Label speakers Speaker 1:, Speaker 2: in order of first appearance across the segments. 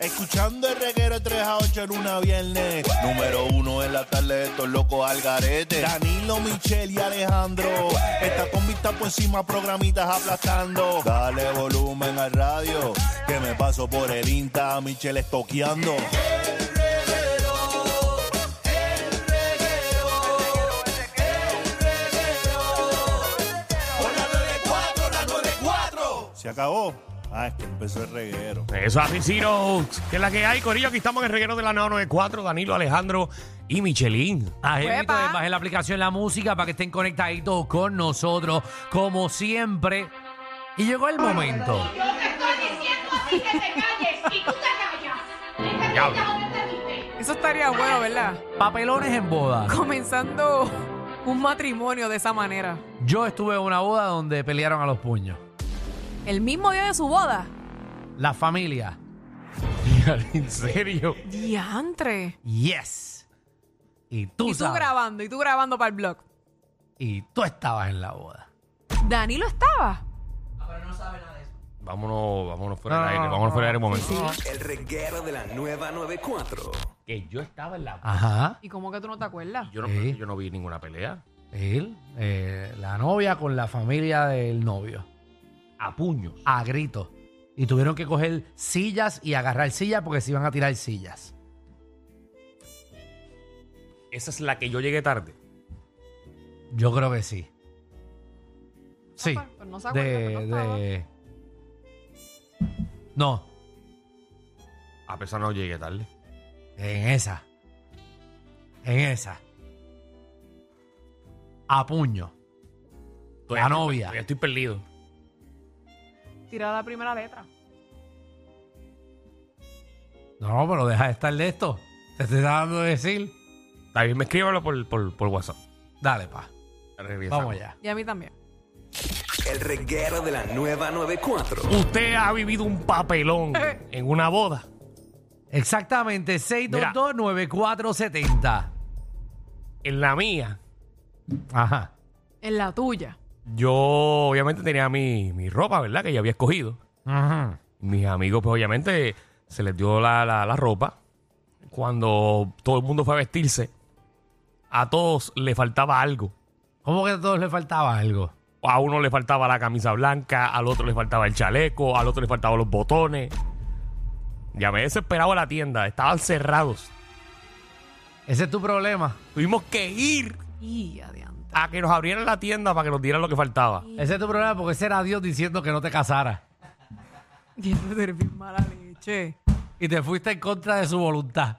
Speaker 1: escuchando el reguero de 3 a 8 en una viernes.
Speaker 2: Número uno en la tarde de estos locos al garete.
Speaker 1: Danilo, Michelle y Alejandro. Esta con vista por encima, programitas aplastando.
Speaker 2: Dale volumen al radio, que me paso por el Insta, a Michelle estoqueando.
Speaker 1: Se acabó. Ah, es que empezó el reguero.
Speaker 3: Eso así, Ciro. Que es la que hay, Corillo. Aquí estamos en el reguero de la 994. Danilo, Alejandro y Michelin.
Speaker 4: Agilito,
Speaker 5: Uepa.
Speaker 4: bajen la aplicación La Música para que estén conectaditos con nosotros, como siempre. Y llegó el momento.
Speaker 6: Yo te estoy diciendo a ti que te calles y tú te callas. Te
Speaker 3: Diablo.
Speaker 6: callas o te piste.
Speaker 5: Eso estaría bueno, ¿verdad?
Speaker 4: Papelones en boda.
Speaker 5: Comenzando un matrimonio de esa manera.
Speaker 4: Yo estuve en una boda donde pelearon a los puños.
Speaker 5: El mismo día de su boda.
Speaker 4: La familia. en serio.
Speaker 5: Diantre.
Speaker 4: Yes. Y tú
Speaker 5: y tú
Speaker 4: sabes.
Speaker 5: grabando, y tú grabando para el blog.
Speaker 4: Y tú estabas en la boda.
Speaker 5: Danilo estaba.
Speaker 3: Vámonos, vámonos fuera del
Speaker 4: No,
Speaker 3: aire.
Speaker 4: no,
Speaker 3: Vámonos fuera del aire un momento.
Speaker 7: El reguero de la nueva 94.
Speaker 3: Que yo estaba en la.
Speaker 4: Ajá.
Speaker 5: ¿Y cómo que tú no te acuerdas?
Speaker 3: yo, no,
Speaker 4: Ah, Sí.
Speaker 3: yo no vi ninguna pelea.
Speaker 4: Él, eh, la novia con la familia del novio.
Speaker 3: A puños.
Speaker 4: a gritos. Y tuvieron que coger sillas y agarrar sillas porque se iban a tirar sillas.
Speaker 3: Esa es la que yo llegué tarde.
Speaker 4: Yo creo que sí. Sí.
Speaker 5: pues, pues no se acuerda,
Speaker 4: de,
Speaker 5: pues no estaba.
Speaker 4: de- No,
Speaker 3: A pesar no llegué tarde.
Speaker 4: en esa. En esa. A puño.
Speaker 3: Estoy-
Speaker 4: La novia.
Speaker 3: Estoy perdido.
Speaker 5: Tira la primera letra.
Speaker 4: No, pero deja de estar de esto. Te estoy dando de decir.
Speaker 3: Está bien, me escríbalo por, por, por WhatsApp.
Speaker 4: Dale, pa.
Speaker 3: Regresamos.
Speaker 4: Vamos allá.
Speaker 5: Y a mí también.
Speaker 7: El reguero de la nueva 94.
Speaker 3: Usted ha vivido un papelón
Speaker 4: Eh.
Speaker 3: en una boda.
Speaker 4: Exactamente, 622-9470.
Speaker 3: En la mía,
Speaker 4: Ajá.
Speaker 5: En la tuya.
Speaker 3: yo obviamente tenía mi, mi ropa, ¿verdad? Que yo había escogido.
Speaker 4: Ajá.
Speaker 3: Mis amigos, pues obviamente se les dio la, la- la ropa. Cuando todo el mundo fue a vestirse, a todos le faltaba algo.
Speaker 4: ¿Cómo que a todos le faltaba algo?
Speaker 3: A uno le faltaba la camisa blanca, al otro le faltaba el chaleco, al otro le faltaban los botones. Ya me desesperaba la tienda, estaban cerrados.
Speaker 4: Ese es tu problema.
Speaker 3: Tuvimos que ir
Speaker 5: Y adiante.
Speaker 3: a que nos abrieran la tienda para que nos dieran lo que faltaba.
Speaker 4: Ese es tu problema porque ese era Dios diciendo que no te casaras.
Speaker 5: Diantre, tú eres bien mala leche.
Speaker 4: Y te fuiste en contra de su voluntad.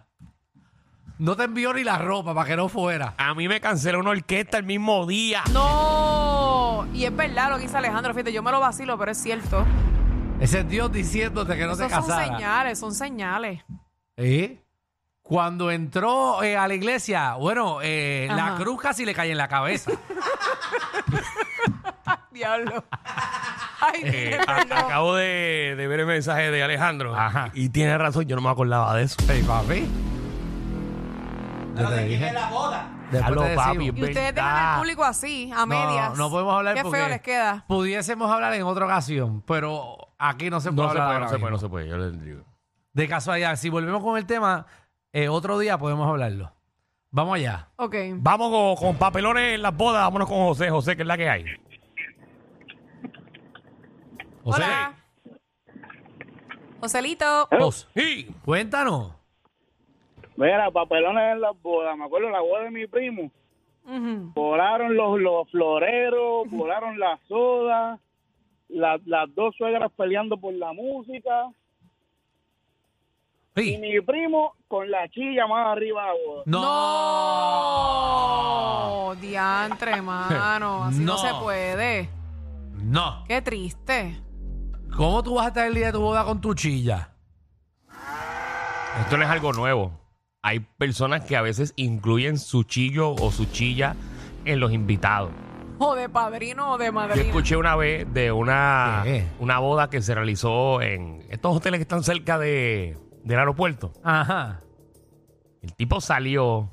Speaker 4: No te envió ni la ropa para que no fuera.
Speaker 3: A mí me canceló una orquesta el mismo día.
Speaker 5: No. Y es verdad lo que dice Alejandro. Fíjate, yo me lo vacilo, pero es cierto.
Speaker 4: Ese es Dios diciéndote que no te
Speaker 5: Esos son
Speaker 4: casaras.
Speaker 5: señales, son señales.
Speaker 4: ¿Eh? Cuando entró eh, a la iglesia, bueno, eh, la
Speaker 5: Ajá.
Speaker 4: cruz casi le cae en la cabeza.
Speaker 5: Diablo. Ay,
Speaker 3: Eh,
Speaker 5: dile,
Speaker 3: a-
Speaker 5: perdón.
Speaker 3: acabo de, de ver el mensaje de Alejandro.
Speaker 4: Ajá.
Speaker 3: Y tiene razón, yo no me acordaba de eso.
Speaker 4: Ey, papi. Yo te dije. La Después
Speaker 3: Aló,
Speaker 4: te
Speaker 3: papi.
Speaker 4: decimos.
Speaker 5: Y ustedes dejan
Speaker 3: verdad.
Speaker 5: al público así, a
Speaker 4: No,
Speaker 5: medias.
Speaker 4: No, no podemos hablar
Speaker 5: Qué
Speaker 4: porque
Speaker 5: feo les queda.
Speaker 4: Pudiésemos hablar en otra ocasión, pero aquí no se puede
Speaker 3: No se puede,
Speaker 4: hablar ahora
Speaker 3: no se puede,
Speaker 4: mismo.
Speaker 3: no se puede. Yo les digo.
Speaker 4: De casualidad, si volvemos con el tema, eh, otro día podemos hablarlo. Vamos allá.
Speaker 5: Ok.
Speaker 3: Vamos con, con papelones en las bodas, vámonos con José, José, que es la que hay.
Speaker 4: José,
Speaker 5: Hola. Joselito.
Speaker 4: José,
Speaker 3: Sí.
Speaker 4: cuéntanos.
Speaker 8: Mira, papelones en las bodas. Me acuerdo la boda de mi primo.
Speaker 5: Ujú.
Speaker 8: Volaron los, los floreros, volaron las sodas, la- las dos suegras peleando por la música. Y
Speaker 4: Sí.
Speaker 8: mi primo con la chilla más arriba de la boda.
Speaker 4: No.
Speaker 5: Oh, diantre, mano. Así no.
Speaker 4: No.
Speaker 5: se puede.
Speaker 4: No.
Speaker 5: Qué triste.
Speaker 4: ¿Cómo tú vas a estar el día de tu boda con tu chilla?
Speaker 3: Esto no es algo nuevo. Hay personas que a veces incluyen su chillo o su chilla en los invitados.
Speaker 5: O de padrino o de
Speaker 3: Yo
Speaker 5: madrina.
Speaker 3: escuché una vez de una,
Speaker 4: ¿Qué?
Speaker 3: una boda que se realizó en estos hoteles que están cerca de, del aeropuerto.
Speaker 4: Ajá.
Speaker 3: El tipo salió,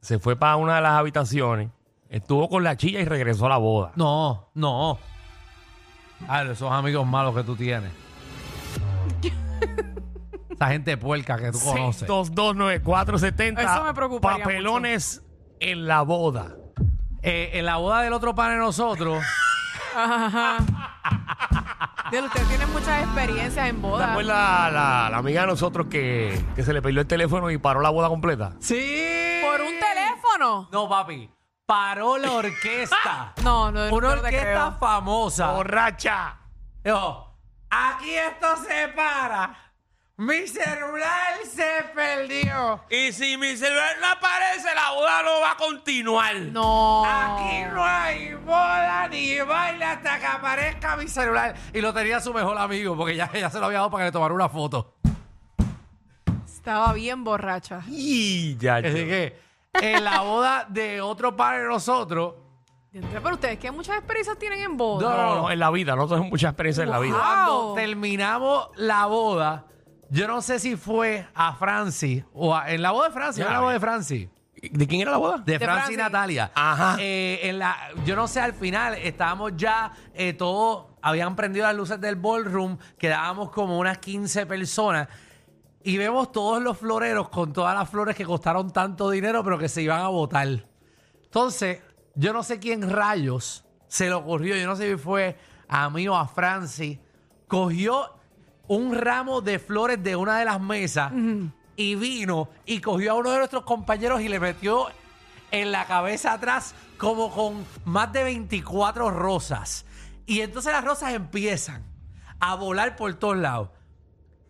Speaker 3: se fue para una de las habitaciones, estuvo con la chilla y regresó a la boda.
Speaker 4: No, no. Ah, esos amigos malos que tú tienes. Esa gente puerca que tú conoces.
Speaker 3: 6229470.
Speaker 5: Eso me preocuparía
Speaker 3: Papelones en la boda.
Speaker 4: Eh, en la boda del otro pan de nosotros,
Speaker 5: Dios, Ustedes tienen muchas experiencias en
Speaker 3: ¿Te
Speaker 5: bodas.
Speaker 3: acuerdas la, la- la amiga de nosotros que, que se le perdió el teléfono y paró la boda completa?
Speaker 4: Sí.
Speaker 5: ¿Por un teléfono?
Speaker 4: No, papi. Paró la orquesta.
Speaker 5: No, no, no.
Speaker 4: Una
Speaker 5: no te
Speaker 4: orquesta
Speaker 5: creo.
Speaker 4: famosa.
Speaker 3: ¡Borracha!
Speaker 4: Dijo, aquí esto se para. Mi celular se perdió.
Speaker 3: Y si mi celular no aparece, la boda no va a continuar.
Speaker 5: No.
Speaker 4: Aquí no hay boda ni baila hasta que aparezca mi celular. Y lo tenía su mejor amigo porque ya, ya se lo había dado para que le tomara una foto.
Speaker 5: Estaba bien borracha.
Speaker 3: Y ya.
Speaker 4: Así que en la boda de otro padre de nosotros,
Speaker 5: Diantre, Pero ustedes, ¿qué muchas experiencias tienen en
Speaker 3: No,
Speaker 5: boda?
Speaker 3: no, no, en la vida. Nosotros tenemos mucha experiencia en la vida.
Speaker 4: cuando
Speaker 5: Wow.
Speaker 4: terminamos la boda, yo no sé si fue a Francis o a- en la boda de Francis,
Speaker 3: Ya,
Speaker 4: en la boda
Speaker 3: eh.
Speaker 4: de Francis.
Speaker 3: Ah, ¿De quién era la boda?
Speaker 4: De,
Speaker 5: De
Speaker 4: Francis y
Speaker 5: Francis.
Speaker 4: Natalia.
Speaker 3: Ajá.
Speaker 4: Eh, en la, yo no sé, al final estábamos ya eh, todos, habían prendido las luces del ballroom, quedábamos como unas 15 personas. Y vemos todos los floreros con todas las flores que costaron tanto dinero, pero que se iban a botar. Entonces, yo no sé quién rayos se le ocurrió, yo no sé si fue a mí o a Francis, cogió un ramo de flores de una de las mesas y vino y cogió a uno de nuestros compañeros y le metió en la cabeza atrás como con más de 24 rosas. Y entonces las rosas empiezan a volar por todos lados.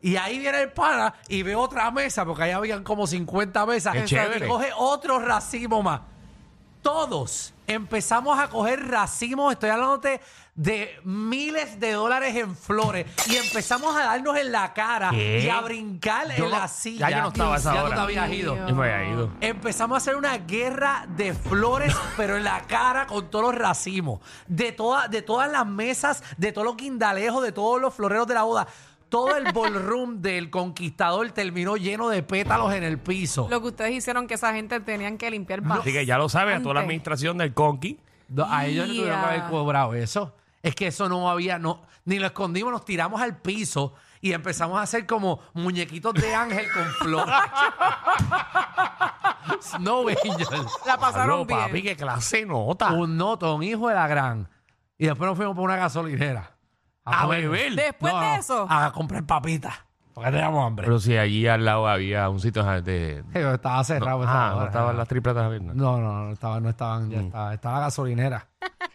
Speaker 4: Y ahí viene el pana y ve otra mesa, porque ahí habían como 50 mesas.
Speaker 3: Qué
Speaker 4: Y
Speaker 3: chévere.
Speaker 4: coge otro racimo más. Todos empezamos a coger racimos, estoy hablándote de miles de dólares en flores, y empezamos a darnos en la cara
Speaker 3: ¿Qué?
Speaker 4: y a brincar
Speaker 3: Yo
Speaker 4: en
Speaker 3: no-
Speaker 4: la
Speaker 3: ya
Speaker 4: silla.
Speaker 3: yo no estaba a esa
Speaker 4: Ya tú
Speaker 3: hora.
Speaker 4: te habías ido.
Speaker 5: Dios.
Speaker 3: Yo me había ido.
Speaker 4: Empezamos a hacer una guerra de flores, pero en la cara con todos los racimos. De, toda- de todas las mesas, de todos los guindalejos, de todos los floreros de la boda. Todo el ballroom del conquistador terminó lleno de pétalos en el piso.
Speaker 5: Lo que ustedes hicieron que esa gente tenían que limpiar
Speaker 3: Así que ya lo sabe, a toda la
Speaker 5: bastante.
Speaker 3: administración del Conqui.
Speaker 4: No, a ellos le tuvieron que haber
Speaker 5: Ya.
Speaker 4: cobrado eso. Es que eso no había, no, ni lo escondimos, nos tiramos al piso y empezamos a hacer como muñequitos de ángel con flores. Snow Angels.
Speaker 5: La pasaron
Speaker 3: Pablo, papi,
Speaker 5: bien.
Speaker 3: qué clase de nota.
Speaker 4: Un notón, hijo de la gran. Y después nos fuimos por una gasolinera.
Speaker 3: A
Speaker 4: comer.
Speaker 3: beber.
Speaker 5: Ah, Después de eso.
Speaker 4: A comprar papitas. Porque teníamos hambre.
Speaker 3: Pero si allí al lado había un sitio de.
Speaker 4: Pero estaba cerrado.
Speaker 3: ah, no estaban las tripletas abiertas.
Speaker 4: No, no, no, estaba, no estaban,
Speaker 3: Mm.
Speaker 4: ya estaba, estaba la gasolinera.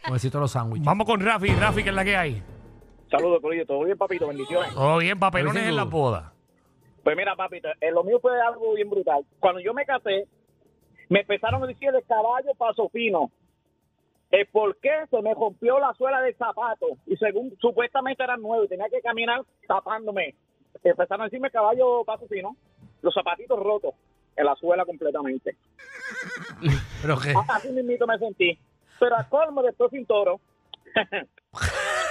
Speaker 4: Necesito los sándwiches.
Speaker 3: Vamos con Rafi, Rafi, que es la que hay.
Speaker 8: Saludos, Corillo. ¿Todo bien, papito? Bendiciones.
Speaker 3: Todo bien, papelones
Speaker 4: Luisito.
Speaker 3: en la boda.
Speaker 8: Pues mira, papito, eh, lo mío fue algo bien brutal. Cuando yo me casé, me empezaron a decir el caballo paso fino. El por qué se me rompió la suela del zapato. Y según supuestamente eran nueve, tenía que caminar tapándome. Empezaron a decirme caballo paso fino, los zapatitos rotos en la suela completamente.
Speaker 4: Pero que.
Speaker 8: Así mismito me sentí. Pero a colmo después sin toro.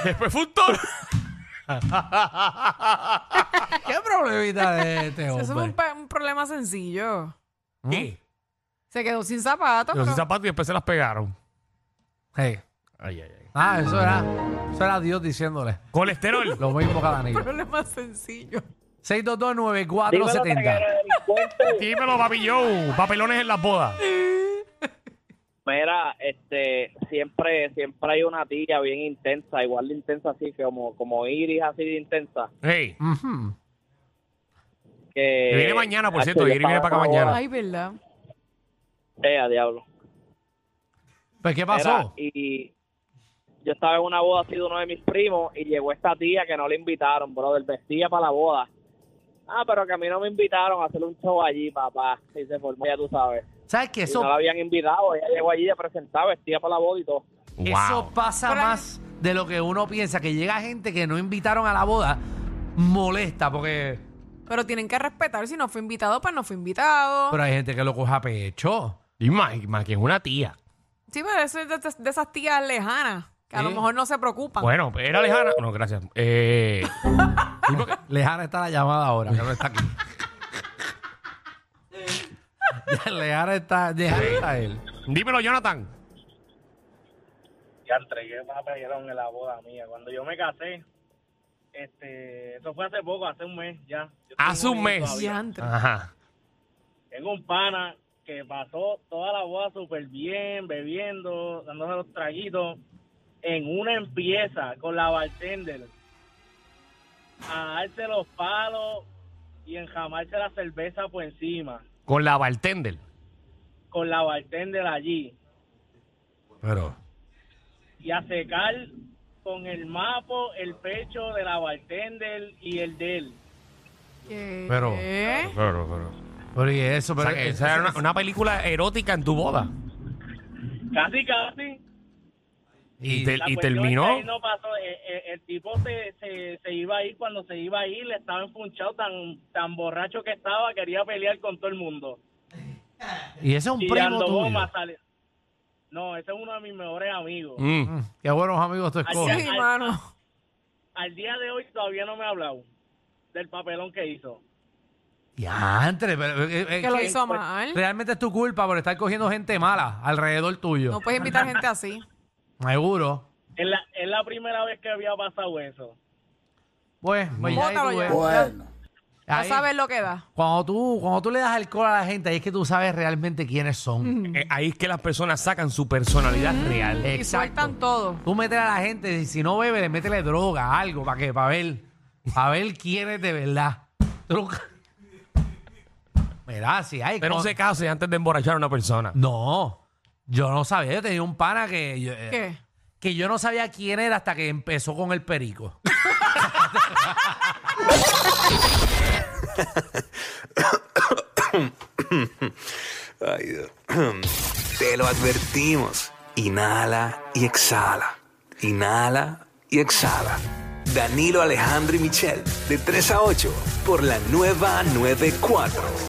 Speaker 3: Después fue un toro.
Speaker 4: ¿Qué problemita de este
Speaker 5: Eso es
Speaker 4: hombre? ¿Mm?
Speaker 5: un, pe- un problema sencillo.
Speaker 3: Sí.
Speaker 5: Se quedó sin zapatos.
Speaker 3: Los
Speaker 5: pero-
Speaker 3: zapatos y después se las pegaron.
Speaker 4: Hey.
Speaker 3: Ay, ay, ay.
Speaker 4: Ah, eso era, eso era Dios diciéndole
Speaker 3: Colesterol.
Speaker 4: lo mismo cada niño.
Speaker 5: problema sencillo.
Speaker 4: 6229470.
Speaker 3: Dímelo, papi Joe. Papelones en las bodas.
Speaker 8: Mira, este, siempre, siempre hay una tía bien intensa, igual de intensa así, que como, como Iris así de intensa.
Speaker 3: Hey.
Speaker 4: Ujú.
Speaker 8: Que,
Speaker 3: Que viene mañana, por
Speaker 8: Ah,
Speaker 3: cierto,
Speaker 8: que le
Speaker 3: Iris viene para acá
Speaker 8: pagan ahora.
Speaker 3: mañana.
Speaker 5: Ay, ¿verdad?
Speaker 8: Eh, a diablo.
Speaker 4: Pues, ¿qué
Speaker 8: Mira,
Speaker 4: pasó?
Speaker 8: y yo estaba en una boda así de uno de mis primos y llegó esta tía que no le invitaron, brother, vestía para la boda. Ah, pero que a mí no me invitaron a hacer un show allí, papá. Y se formó, ya tú sabes.
Speaker 4: ¿Sabes qué?
Speaker 8: Y
Speaker 4: Eso,
Speaker 8: no la habían invitado. Ella llegó allí, ya presentaba, vestida para la boda y todo.
Speaker 4: eso
Speaker 3: Wow.
Speaker 4: pasa
Speaker 5: Pero-
Speaker 4: más de lo que uno piensa, que llega gente que no invitaron a la boda, molesta, porque...
Speaker 5: Pero tienen que respetar. Si no fue invitado, pues no fue invitado.
Speaker 4: Pero hay gente que lo coja a pecho.
Speaker 3: Y más, y más que es una tía.
Speaker 5: sí, pero eso es de, de esas tías lejanas que a
Speaker 4: Sí.
Speaker 5: lo mejor no se preocupan.
Speaker 3: Bueno, era lejana. No, gracias. Eh, sí, porque-
Speaker 4: Lejana está la llamada ahora, que no está aquí. Lejana está, Lejana está él.
Speaker 3: dímelo, Jonathan.
Speaker 8: Ya entregué, me dieron en la boda mía. Cuando yo me casé, este, eso fue hace poco, hace un mes ya. Yo
Speaker 3: Hace
Speaker 8: tengo
Speaker 3: un
Speaker 8: novio
Speaker 3: mes.
Speaker 8: todavía.
Speaker 3: Ah.
Speaker 5: Diantre.
Speaker 3: Ajá.
Speaker 8: Tengo un pana que pasó toda la boda súper bien, bebiendo, dándose los traguitos. En una empieza con la bartender a darse los palos y enjamarse la cerveza por encima.
Speaker 3: Con la bartender.
Speaker 8: Con la bartender allí.
Speaker 3: Pero.
Speaker 8: y a secar con el mapo el pecho de la bartender y el de él.
Speaker 5: ¿Qué?
Speaker 4: Pero-
Speaker 5: ¿Qué?
Speaker 3: Pero, pero.
Speaker 4: Pero y eso,
Speaker 3: O
Speaker 4: pero
Speaker 3: sea, que esa era una, una película erótica en tu boda.
Speaker 8: Casi, casi.
Speaker 3: Y,
Speaker 4: Y-
Speaker 3: te-
Speaker 8: La
Speaker 3: y
Speaker 8: cuestión
Speaker 3: terminó.
Speaker 8: es que ahí no pasó. eh, eh, El, tipo se, se, se iba a ir cuando se iba a ir, estaba enfunchado tan, tan borracho que estaba, quería pelear con todo el mundo.
Speaker 4: y ese es un primo
Speaker 8: Tirando
Speaker 4: tuyo.
Speaker 8: bombas sale. No, ese es uno de mis mejores amigos.
Speaker 3: Mm.
Speaker 4: Mm, Qué buenos amigos tú escoges.
Speaker 5: Sí, mano.
Speaker 8: Al día de hoy todavía no me ha hablado del papelón que hizo.
Speaker 4: Diantre, pero, eh, eh,
Speaker 5: Que lo
Speaker 4: que
Speaker 5: hizo mal.
Speaker 4: Realmente es tu culpa por estar cogiendo gente mala alrededor tuyo.
Speaker 5: No puedes invitar gente así.
Speaker 4: Seguro.
Speaker 8: Es la, es la primera vez que había pasado eso.
Speaker 4: Pues, pues ya ahí
Speaker 5: Bótalo
Speaker 4: tú
Speaker 5: ya.
Speaker 4: ves.
Speaker 2: Bueno.
Speaker 5: No
Speaker 4: Ahí-
Speaker 5: sabes lo que da.
Speaker 4: cuando, tú, cuando tú le das alcohol a la gente, ahí es que tú sabes realmente quiénes son.
Speaker 3: Eh, ahí es que las personas sacan su personalidad real.
Speaker 5: Y sueltan todo.
Speaker 4: Tú métele a la gente, y si no bebe, le métele droga, algo, para que, para ver, para ver quién es de verdad. Tú nunca- Mira, si hay.
Speaker 3: Pero no
Speaker 4: con-
Speaker 3: se case antes de emborrachar a una persona.
Speaker 4: No, yo no sabía. Yo tenía un pana que yo, eh,
Speaker 5: ¿Qué?
Speaker 4: que yo no sabía quién era hasta que empezó con el perico.
Speaker 7: Ay, Dios. Te lo advertimos. Inhala y exhala. Inhala y exhala. Danilo Alejandro y Michel, de 3 a 8, por la nueva 94.